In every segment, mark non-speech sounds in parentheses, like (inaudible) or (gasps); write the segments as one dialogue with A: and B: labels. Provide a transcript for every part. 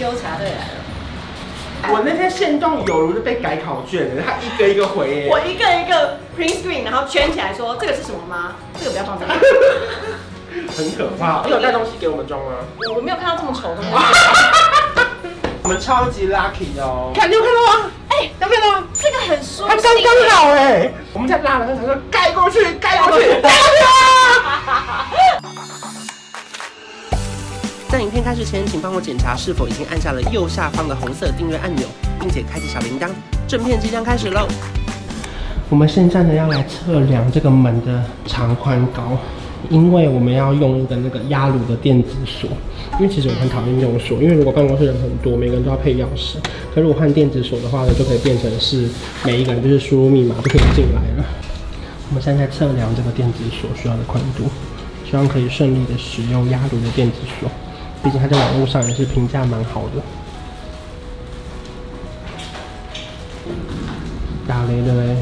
A: 纠察队来了，
B: 我那天现动有如就被改考卷了，他一个一个回耶
C: 我一个一个 print screen，然后圈起来说这个是什么吗？这个不要放这里。
B: 很可怕。你有带东西给我们装吗？
C: (laughs) 我我没有看到这么丑的 (laughs) 东西。
B: (laughs) 我们超级 lucky 哦！看，你有看到吗？哎、有看到吗？
C: 这个很舒
B: 他
C: 心。
B: 刚刚好哎、我们在拉了，他说盖过去，盖过去，盖过去。在影片开始前，请帮我检查是否已经按下了右下方的红色订阅按钮，并且开启小铃铛。正片即将开始喽！我们现在呢要来测量这个门的长宽高，因为我们要用一个那个压鲁的电子锁，因为其实我很讨厌这种锁，因为如果办公室人很多，每个人都要配钥匙，可是我换电子锁的话呢，就可以变成是每一个人就是输入密码就可以进来了。我们现在测量这个电子锁需要的宽度，希望可以顺利的使用压鲁的电子锁，毕竟它在网络上也是评价蛮好的。打雷了嘞！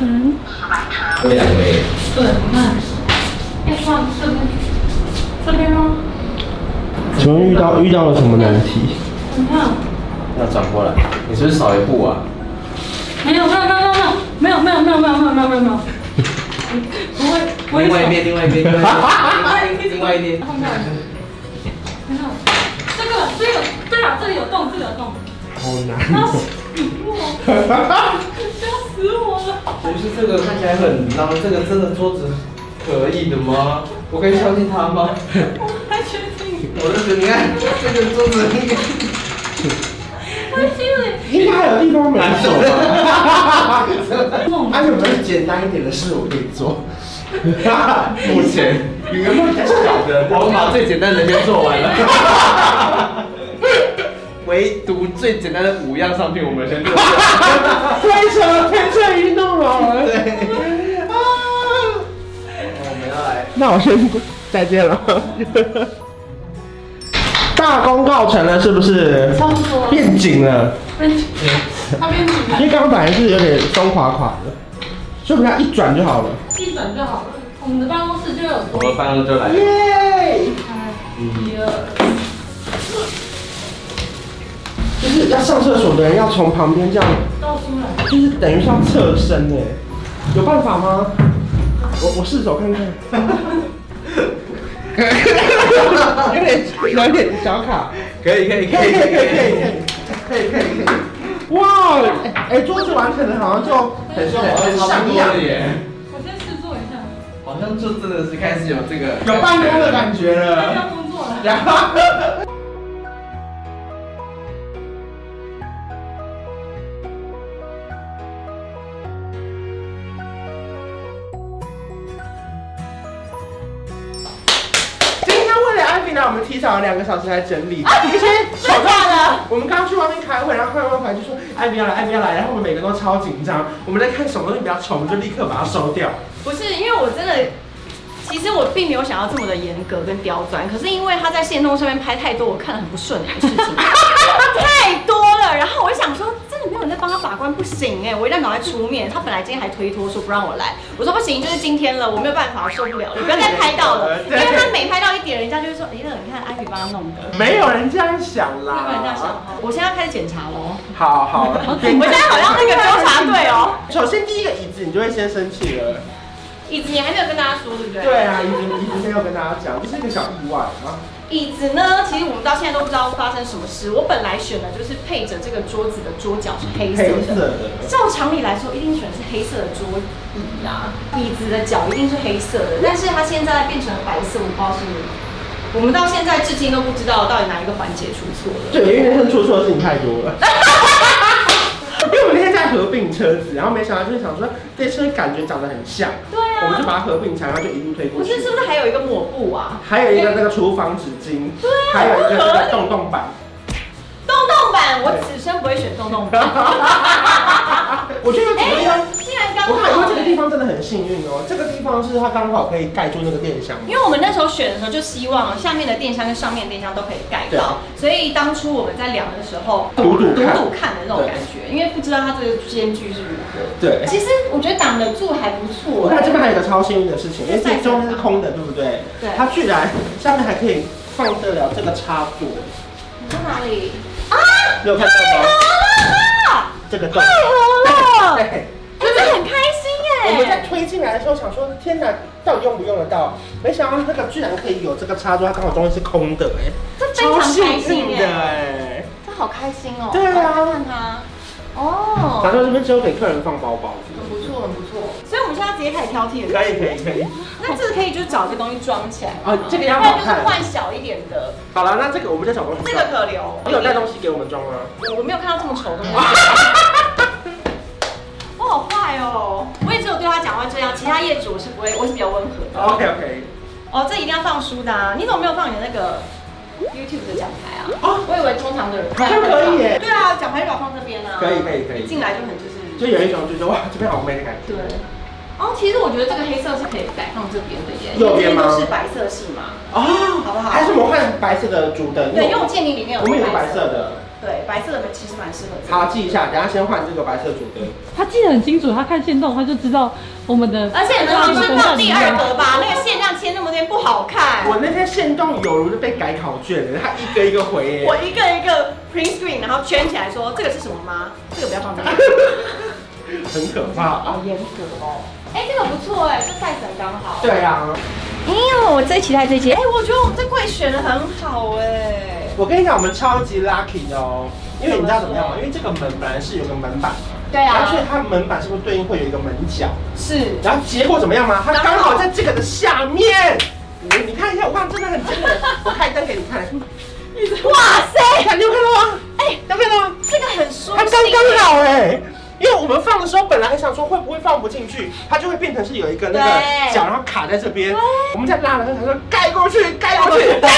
D: 未来为
B: 请问遇到遇到了什么难题？
D: 要转过来，你是不是少一步啊？
E: 没有没有没有没有没有没有没有没有，
D: 另外一边，另外一 (laughs) 边，另外一边，另外一边。
E: 这个这个对啊，这里有洞，这里有洞，
B: 好难哦、
E: 吓死我了！
D: 不是这个看起来很脏，这个真的桌子可以的吗？我可以相信他吗？
E: 还确定？
D: (laughs) 我就觉得你看这个桌子应该
E: 还心里
B: 应该还有地方没
D: 难
B: 做
D: 走吧？
B: 而且我们简单一点的事我可以
D: (laughs)
B: 做。目前有个梦想小的
D: 我们把最简单的先做完 (laughs) 了，唯独最简单的五样商品我们先做完。
B: 推车推车运动了。
D: 对，啊，我们要来。
B: 那我先再见了。 (laughs) 大功告成了，是不是？差不多。变紧了，
E: 他边紧
B: 因为刚刚本来是有点松垮垮的，所以我们要一转就好了。
E: 一转就好了。我们的办公室就有
D: 我们翻了就来。
B: 耶！
E: 一二，
B: 就是要上厕所的人要从旁边这样，
E: 到出来。
B: 就是等于是要侧身哎，有办法吗？我我试走看 (laughs) 看。有点有点小卡，
D: 可以可以
B: 可以可以可以可以可以可以可以可以。哇，哎、哎桌子完成了，好像就很像很像样，
D: 耶，
E: 我先试做一下，
D: 好像就真的是开始有这个
B: 有办公的感觉
E: 不
B: 了。
E: 要工作了。
B: 然后，今天为了安平呢，我们提早了两个小时来整理。啊，你先手到了。我们刚刚去外面开会，然后开完会就说艾米要来，艾米要来，然后我们每个都超紧张。我们在看什么东西比较丑，我们就立刻把它收掉。
C: 不是，因为我真的，其实我并没有想要这么的严格跟刁钻，可是因为他在线动上面拍太多我看了很不顺眼的事 (laughs) 情，太多了。然后我就想说，真的没有人在帮他把关，不行哎、我一定要赶快出面。他本来今天还推脱说不让我来，我说不行，就是今天了，我没有办法，受不了了，不要再拍到 (laughs) 了，因
B: 对
C: 为他每拍到一点，人家就会说，哎、那你看艾比帮他弄的。
B: 没有人这样想
C: 不然这样想
B: 啦。
C: 好我现在要开始检查哦喽。
B: 好好，我
C: (laughs) 我现在好像那个纠察队哦，
B: 首先第一个椅子你就会先生气了。
C: 椅子你还没有跟大家说对不对？
B: 对啊，椅子椅子没有跟大家讲，就是一个小意外啊。
C: 椅子呢，其实我们到现在都不知道发生什么事。我本来选的就是配着这个桌子的桌角是黑色
B: 嗯黑色
C: 的，
B: 的，
C: 照常理来说一定选是黑色的桌椅啊，椅子的脚一定是黑色的，但是它现在变成白色，我不知道是，我们到现在至今都不知道到底哪一个环节出错了。
B: 对，因为那天出错的事情太多了。 (laughs) 因为我们那天在合并车子，然后没想到就是想说这车感觉长得很像，
C: 对
B: 我们就
C: 啊，
B: 把它合并起来，然后就一路推过
C: 不
B: 去
C: 是。是不是还有一个抹布啊？
B: 还有一个那个厨房纸巾，
C: 对啊，
B: 还有一个
C: 不合
B: 那
C: 理
B: 个洞洞板。 (laughs)
C: 洞
B: (laughs)
C: 哎洞板，我此生不会选洞洞板。
B: 我觉得有几个地方
C: 哎，竟然刚刚
B: 我看因为
C: 好
B: 这个地方真的很幸运哦，这个地方是它刚好可以盖住那个电箱。
C: 因为我们那时候选的时候就希望下面的电箱跟上面的电箱都可以盖
B: 对
C: 到，
B: 啊
C: 所以当初我们在量的时候
B: 赌赌
C: 赌
B: 看
C: 赌看的那种感觉，因为不知道它这个间距是如何。
B: 对，
C: 其实我觉得挡得住还不错
B: 我看，这边还有一个超幸运的事情，因为最终是空的，对不对？
C: 对
B: 它居然下面还可以放得了这个插座，
C: 你在哪里？
B: 啊你有看到吗？
C: 啊！
B: 这个
C: 太。
B: 洞
C: 红了，
B: 对
C: 真的很开心
B: 哎我
C: 耶！
B: 们在推进来的时候想说，天哪，到底用不用得到？没想到那个居然可以有这个插座，它刚好东西是空的，哎，
C: 这非
B: 超
C: 常
B: 幸
C: 开心
B: 运的
C: 耶，
B: 哎。
C: 这好开心哦！
B: 对啊
C: 我看它，哦，
B: 打算是不是只有给客人放包包？
C: 很不错，很不错。所以我们现在直接开始挑剔了。
B: 可以可以可以。
C: 那这个可以就找这东西装起来吗
B: 哦这个要
C: 不然就
B: 好看
C: 是换小一点的，
B: 好了，那这个我们就找东西
C: 这
B: 装。
C: 个可留。
B: 你有带东西给我们装吗？
C: 我没有看到这么丑的
B: (laughs)
C: 东西。 (laughs) 我好坏哦！我也只有对他讲话这样，其他业主我是不会，我是比较温和的。
B: OK OK。
C: 哦，这一定要放书的啊！你怎么没有放你的那个 YouTube 的奖牌啊？
B: 哦
C: 我以为通常的人
B: 好像可以耶
C: 对啊，奖牌就把它放这边啊。
B: 可以可以可以
C: 一进来就很就是。
B: 就有一种就是哇，这边好美的感觉。
C: 对。哦，其实我觉得这个黑色是可以摆放这边的耶，
B: 右边
C: 因为
B: 吗
C: 这都是白色系嘛。
B: 哦，
C: 好不好
B: 还是我们换白色的主灯。
C: 对，因为我见你里面有
B: 我们有个白色，的。
C: 对，白色的其实蛮适合这个。
B: 好，记一下，等下先换这个白色主灯。
E: 他记得很清楚，他看线动他就知道我们的，
C: 而且呢，你们放第二格吧，那个限量签那么多天不好看。
B: 我那天现动有如就被改考卷了，他一个一个回耶。
C: 我一个一个 print screen，然后圈起来说这个是什么吗？这个不要放这里。
B: (laughs) 很可怕啊。
C: 严格哦。 (laughs) 哎、这个不错哎，这 size 很刚好。
B: 对啊，
C: 哎呦，我最期待这些。哎、我觉得我们这柜选的很好哎。
B: 我跟你讲，我们超级 lucky 的哦，因为你知道怎么样吗？因为这个门本来是有个门板，
C: 对
B: 然后所以
C: 啊，
B: 它门板是不是对应会有一个门角？
C: 是。
B: 然后嗯结果怎么样吗？它刚好在这个的下面。你你看一下，我看真的很惊人。我开灯给你看，
C: 哇塞，
B: 看你有看到吗？
C: 哎、
B: 有看到吗？
C: 这个很舒
B: 它
C: 服。
B: 刚
C: (laughs)
B: 刚好哎、因为我们放的时候，本来还想说会不会放不进去，它就会变成是有一个那个
C: 对
B: 角，然后卡在这边
C: 对。
B: 我们在拉的时候，它说盖过去，盖过去，盖过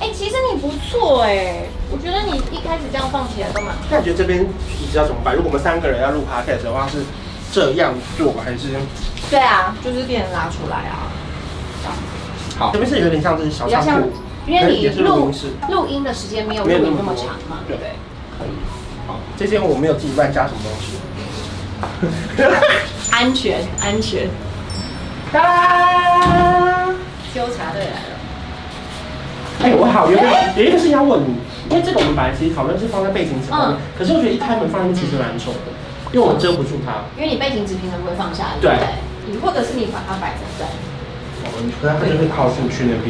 C: 哎、其实你不错哎，我觉得你一开始这样放起来都蛮……
B: 去。那你觉得这边椅子要怎么办？如果我们三个人要录 podcast 的话，是这样做还是？
C: 对啊，就是变成拉出来啊，
B: 好，这边是有点像是小
C: 比较像
B: 仓库，，
C: 因为你
B: 哎也是录
C: 录
B: 音室。
C: 录音的时间没有录音那么长嘛，
B: 没
C: 对
B: 有那么多
C: 不对？可以，
B: 好，这间我没有自己乱加什么东西。
C: (laughs) 安全安全，
B: 哒啦！
C: 纠察队来了。
B: 哎，我好，有一个有一个事情要问你，因为这个我们本来其实讨论是放在背景纸
C: 嗯
B: 上面，可是我觉得一开门放进去其实蛮丑的，因为我遮不住它。
C: 因为你背景纸平常不会放下，
B: 对
C: 对不对？你或者是你把它摆成这样，
B: 可能它就会靠进去那边，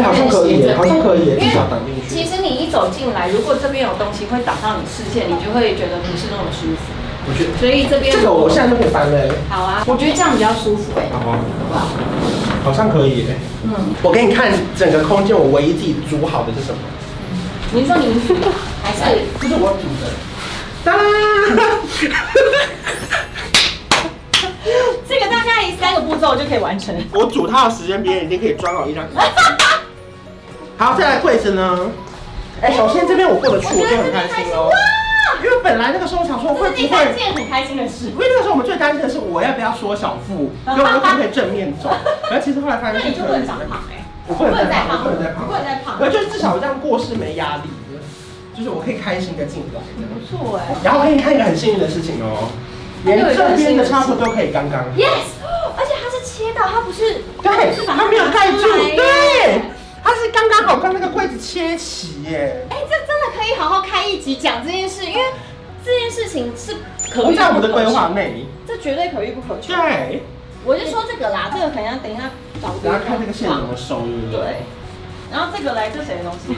B: 哎，好像可以耶，好像可以耶，至少挡进
C: 其
B: 去。
C: 实你一走进来，如果这边有东西会挡到你视线，你就会觉得不是那么舒服。
B: 我觉得
C: 所以这边
B: 这个我现在就可以搬了耶。
C: 好啊，我觉得这样比较舒服哎，
B: 好啊，
C: 好不好？
B: 好像可以耶。
C: 嗯，
B: 我给你看整个空间，我唯一自己租好的是什么？
C: 你是说你们还是
B: 这是我煮的。
C: (laughs)
B: 哒啦！
C: 这个大概三个步骤就可以完成。
B: 我煮它的时间，别人已经可以装好一张。好，再来柜子呢？哎、首先这边 (laughs) 我过得去，我就很开心哦。因为本来那个时候我想说会
C: 这是
B: 不
C: 第
B: 会，因
C: 三件很开心的事。
B: 为那个时候我们最担心的是我要不要缩小 (laughs) 腹，跟我可不可以正面走。然后其实后来发
C: 那
B: 现
C: 你
B: 是
C: 就不
B: 可以
C: 能
B: 的
C: 长，胖哎，
B: 我不能再胖，我
C: 不能
B: 不能
C: 再
B: 再
C: 胖
B: 胖，
C: 不能再胖
B: 我就是至少这样过是没压力的，就是我可以开心的进来。
C: 不错哎。
B: 然后给你看一个很幸运的事情哦，连这边的插座都可以刚刚好。
C: Yes，而 (gasps) 且它是切到，它不是
B: 对，它没有盖
C: (laughs) 不
B: 住，。
C: 是把
B: 对
C: 它，
B: 它是刚刚好跟那个柜子切齐耶。
C: 哎、这真的可以好好开一集讲这件事，因为这件事情是可
B: 不
C: 遇
B: 在我们
C: 不
B: 的
C: 可
B: 规
C: 求，
B: 划内。
C: 这绝对可遇不可啊求。
B: 对，
C: 我就说这个啦，这个可能要等一下找别
B: 然后
C: 人
B: 看这个线怎么收，对不对？
C: 对，然后这个来，这谁的东西？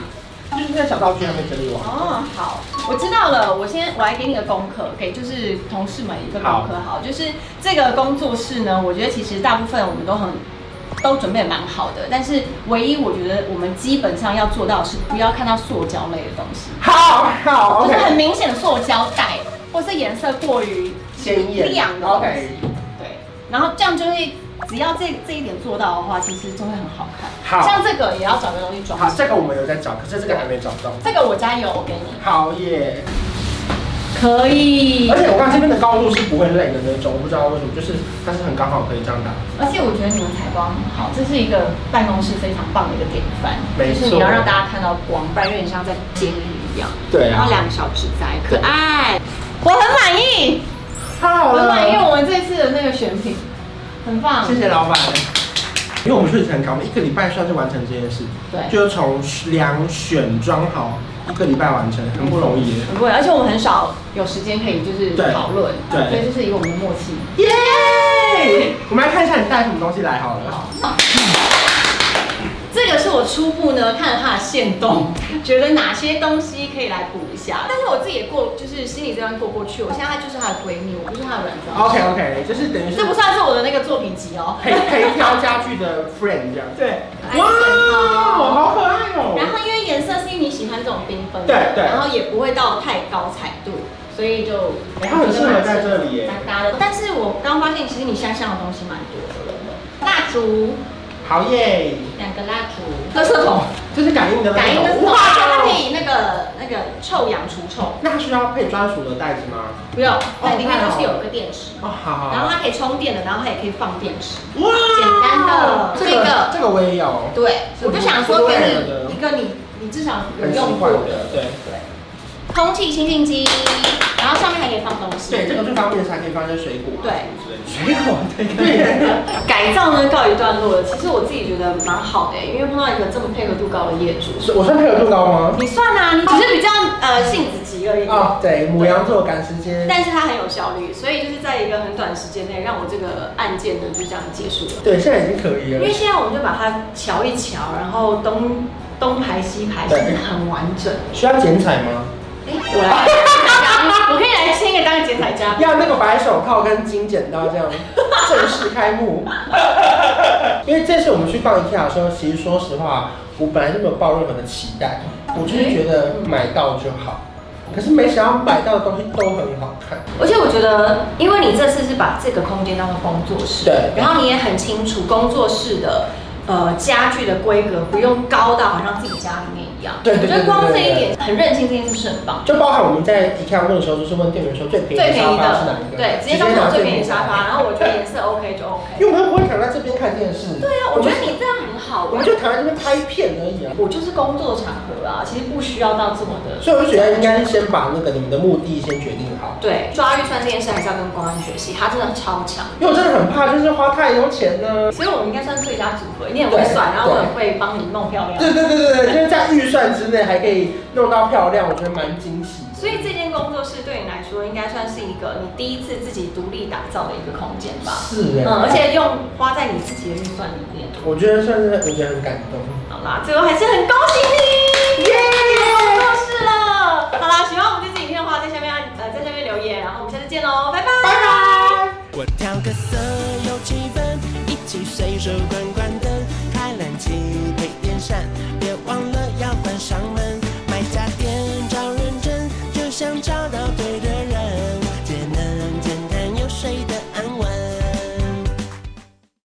B: 就是那小道具还没整理完。
C: 哦，好，我知道了。我先我来给你个功课，给就是同事们一个功课，好，就是这个工作室呢，我觉得其实大部分我们都很都准备蛮好的，但是唯一我觉得我们基本上要做到的是不要看到塑胶类的东西，
B: 好好
C: 就是很
B: ，OK，
C: 明显的塑胶袋或是颜色过于
B: 鲜艳
C: 亮的东西
B: ，OK，
C: 对，然后这样就会。只要这这一点做到的话，其实就会很好看。
B: 好
C: 像这个也要找个东西装
B: 好，
C: 饰。
B: 这个我们有在找，可是这个还没找到。
C: 这个我家有，我给你。
B: 好耶，
E: 可以
B: 而。且我刚才这边的高度是不会累的那种，我不知道为什么，就是它是很刚好可以这样打。
C: 而且我觉得你们采光很好，这是一个办公室非常棒的一个典范，
B: 没
C: 就
B: 错
C: 是你要让大家看到光，不然有点像在监狱一样。
B: 对啊
C: 然后两个小纸塞，可爱，哎我很满意，
B: 太好
C: 我很
B: 了，
C: 满意我们这次的那个选品，很棒。
B: 谢谢老板。因为我们确实很赶，我们一个礼拜算是完成这件事，
C: 对
B: 就是从量选装好，一个礼拜完成，很不容易耶。
C: 很贵，而且我们很少有时间可以就是
B: 对
C: 讨论，
B: 对
C: 所以就是以我们的默契。
B: 耶！我们来看一下你带什么东西来好了。
C: 这个是我初步呢看它的线动， (laughs) 觉得哪些东西可以来补一下。但是我自己也过，就是心里这关过过去。我现在她就是她的闺蜜，我不是她的软装。
B: OK OK，就是等于是
C: 这不算是我的那个作品集哦。
B: 陪陪挑家具的 friend 这样。
C: 对，
B: 哇，
C: 哇！
B: 好可爱哦、
C: 然后因为颜色是你喜欢这种缤纷的，
B: 对对
C: 然后也不会到太高彩度，所以就
B: 哎它很适合在这里耶
C: 蛮搭的。但是我刚发现，其实你香香的东西蛮多的，蜡烛
B: 好耶！
C: 两个蜡烛，垃圾桶，
B: 这是感应的那种
C: 感应的是
B: 哇
C: 它可以那个那个臭氧除臭，
B: 那它需要配专属的袋子吗？
C: 不用，那里面
B: 哦太好
C: 就是有一个电池，
B: 哦，好好。
C: 然后它可以充电的，然后它也可以放电池。
B: 哇
C: 简单的
B: 这
C: 这
B: 个
C: 个
B: 这个我也有，
C: 对，
B: 是
C: 我就想说给你一个你你至少有
B: 很
C: 用
B: 喜
C: 过
B: 欢
C: 的。
B: 的，对
C: 空气清净机，然后上面还可以放东西。
B: 对，这个最方便才可以放些水果啊，
C: 对
B: 之类的，水果对对。
C: 改造呢告一段落了。其实我自己觉得蛮好的、因为碰到一个这么配合度高的业主。
B: 是我算配合度高吗？
C: 你算啊，你只是比较呃性子急而已，
B: 哦，对，母羊座赶时间。
C: 但是它很有效率，所以就是在一个很短时间内让我这个案件呢就这样结束了。
B: 对，现在已经可以
C: 因
B: 了
C: 为。现在我们就把它瞧一瞧，然后东东排西排，其
B: 对
C: 实很完整。
B: 需要剪彩吗？
C: 哎、我来，我可以来签一个当个剪彩嘉宾。
B: 要那个白手套跟金剪刀这样正式开幕。因为这次我们去逛 IKEA 的时候，其实说实话，我本来就没有抱任何的期待，我就是觉得买到就好。可是没想到买到的东西都很好看。
C: 而且我觉得，因为你这次是把这个空间当做工作室，
B: 对
C: 然后你也很清楚工作室的呃家具的规格不用高到好像自己家里面一样，
B: 对对
C: 我
B: 对
C: 觉得
B: 对
C: 光
B: 对
C: 这
B: 对
C: 一点很认清这件事是很棒。
B: 就包含我们在 IKEA 问的时候，就是问店员说最便宜
C: 最
B: 的
C: 便
B: 沙
C: 宜
B: 发是
C: 的
B: 哪一，个，
C: 对，直接告诉我最便宜的沙发，然后我觉得颜色 OK 就
B: (laughs)
C: OK。
B: 因为我们不会想在这边看电视。
C: 对啊，我觉得你这样很好，我
B: 我们
C: 就
B: 就躺在这边拍片而已啊。
C: 我就是工作场合啊，其实不需要到这么的。
B: 所以我就觉得应该是先把那个你们的目的先决定好。
C: 对，抓预算这件事还是要跟公安学习，他真的超强。
B: 因为我真的很怕，就是花太多钱呢。
C: 所以我们应该算最佳组合，你很会算，然
B: 对
C: 后我很会帮你弄漂亮。
B: 对对对对对，就是在预算之内还可以弄到漂亮，我觉得蛮惊喜的。
C: 所以这间工作室对你来说，应该算是一个你第一次自己独立打造的一个空间吧？
B: 是哎、
C: 嗯，而且用花在你自己的预算里面。
B: 我觉得算是我觉得很感动。
C: 好啦，最后还是很恭喜你，耶，工作室了。好啦，喜欢我们这支影片的话，在下面按呃在下面留言，然后我们下次见喽，拜拜，拜拜。
A: 我调个色有气氛，一起随手关关灯，开冷气配电扇，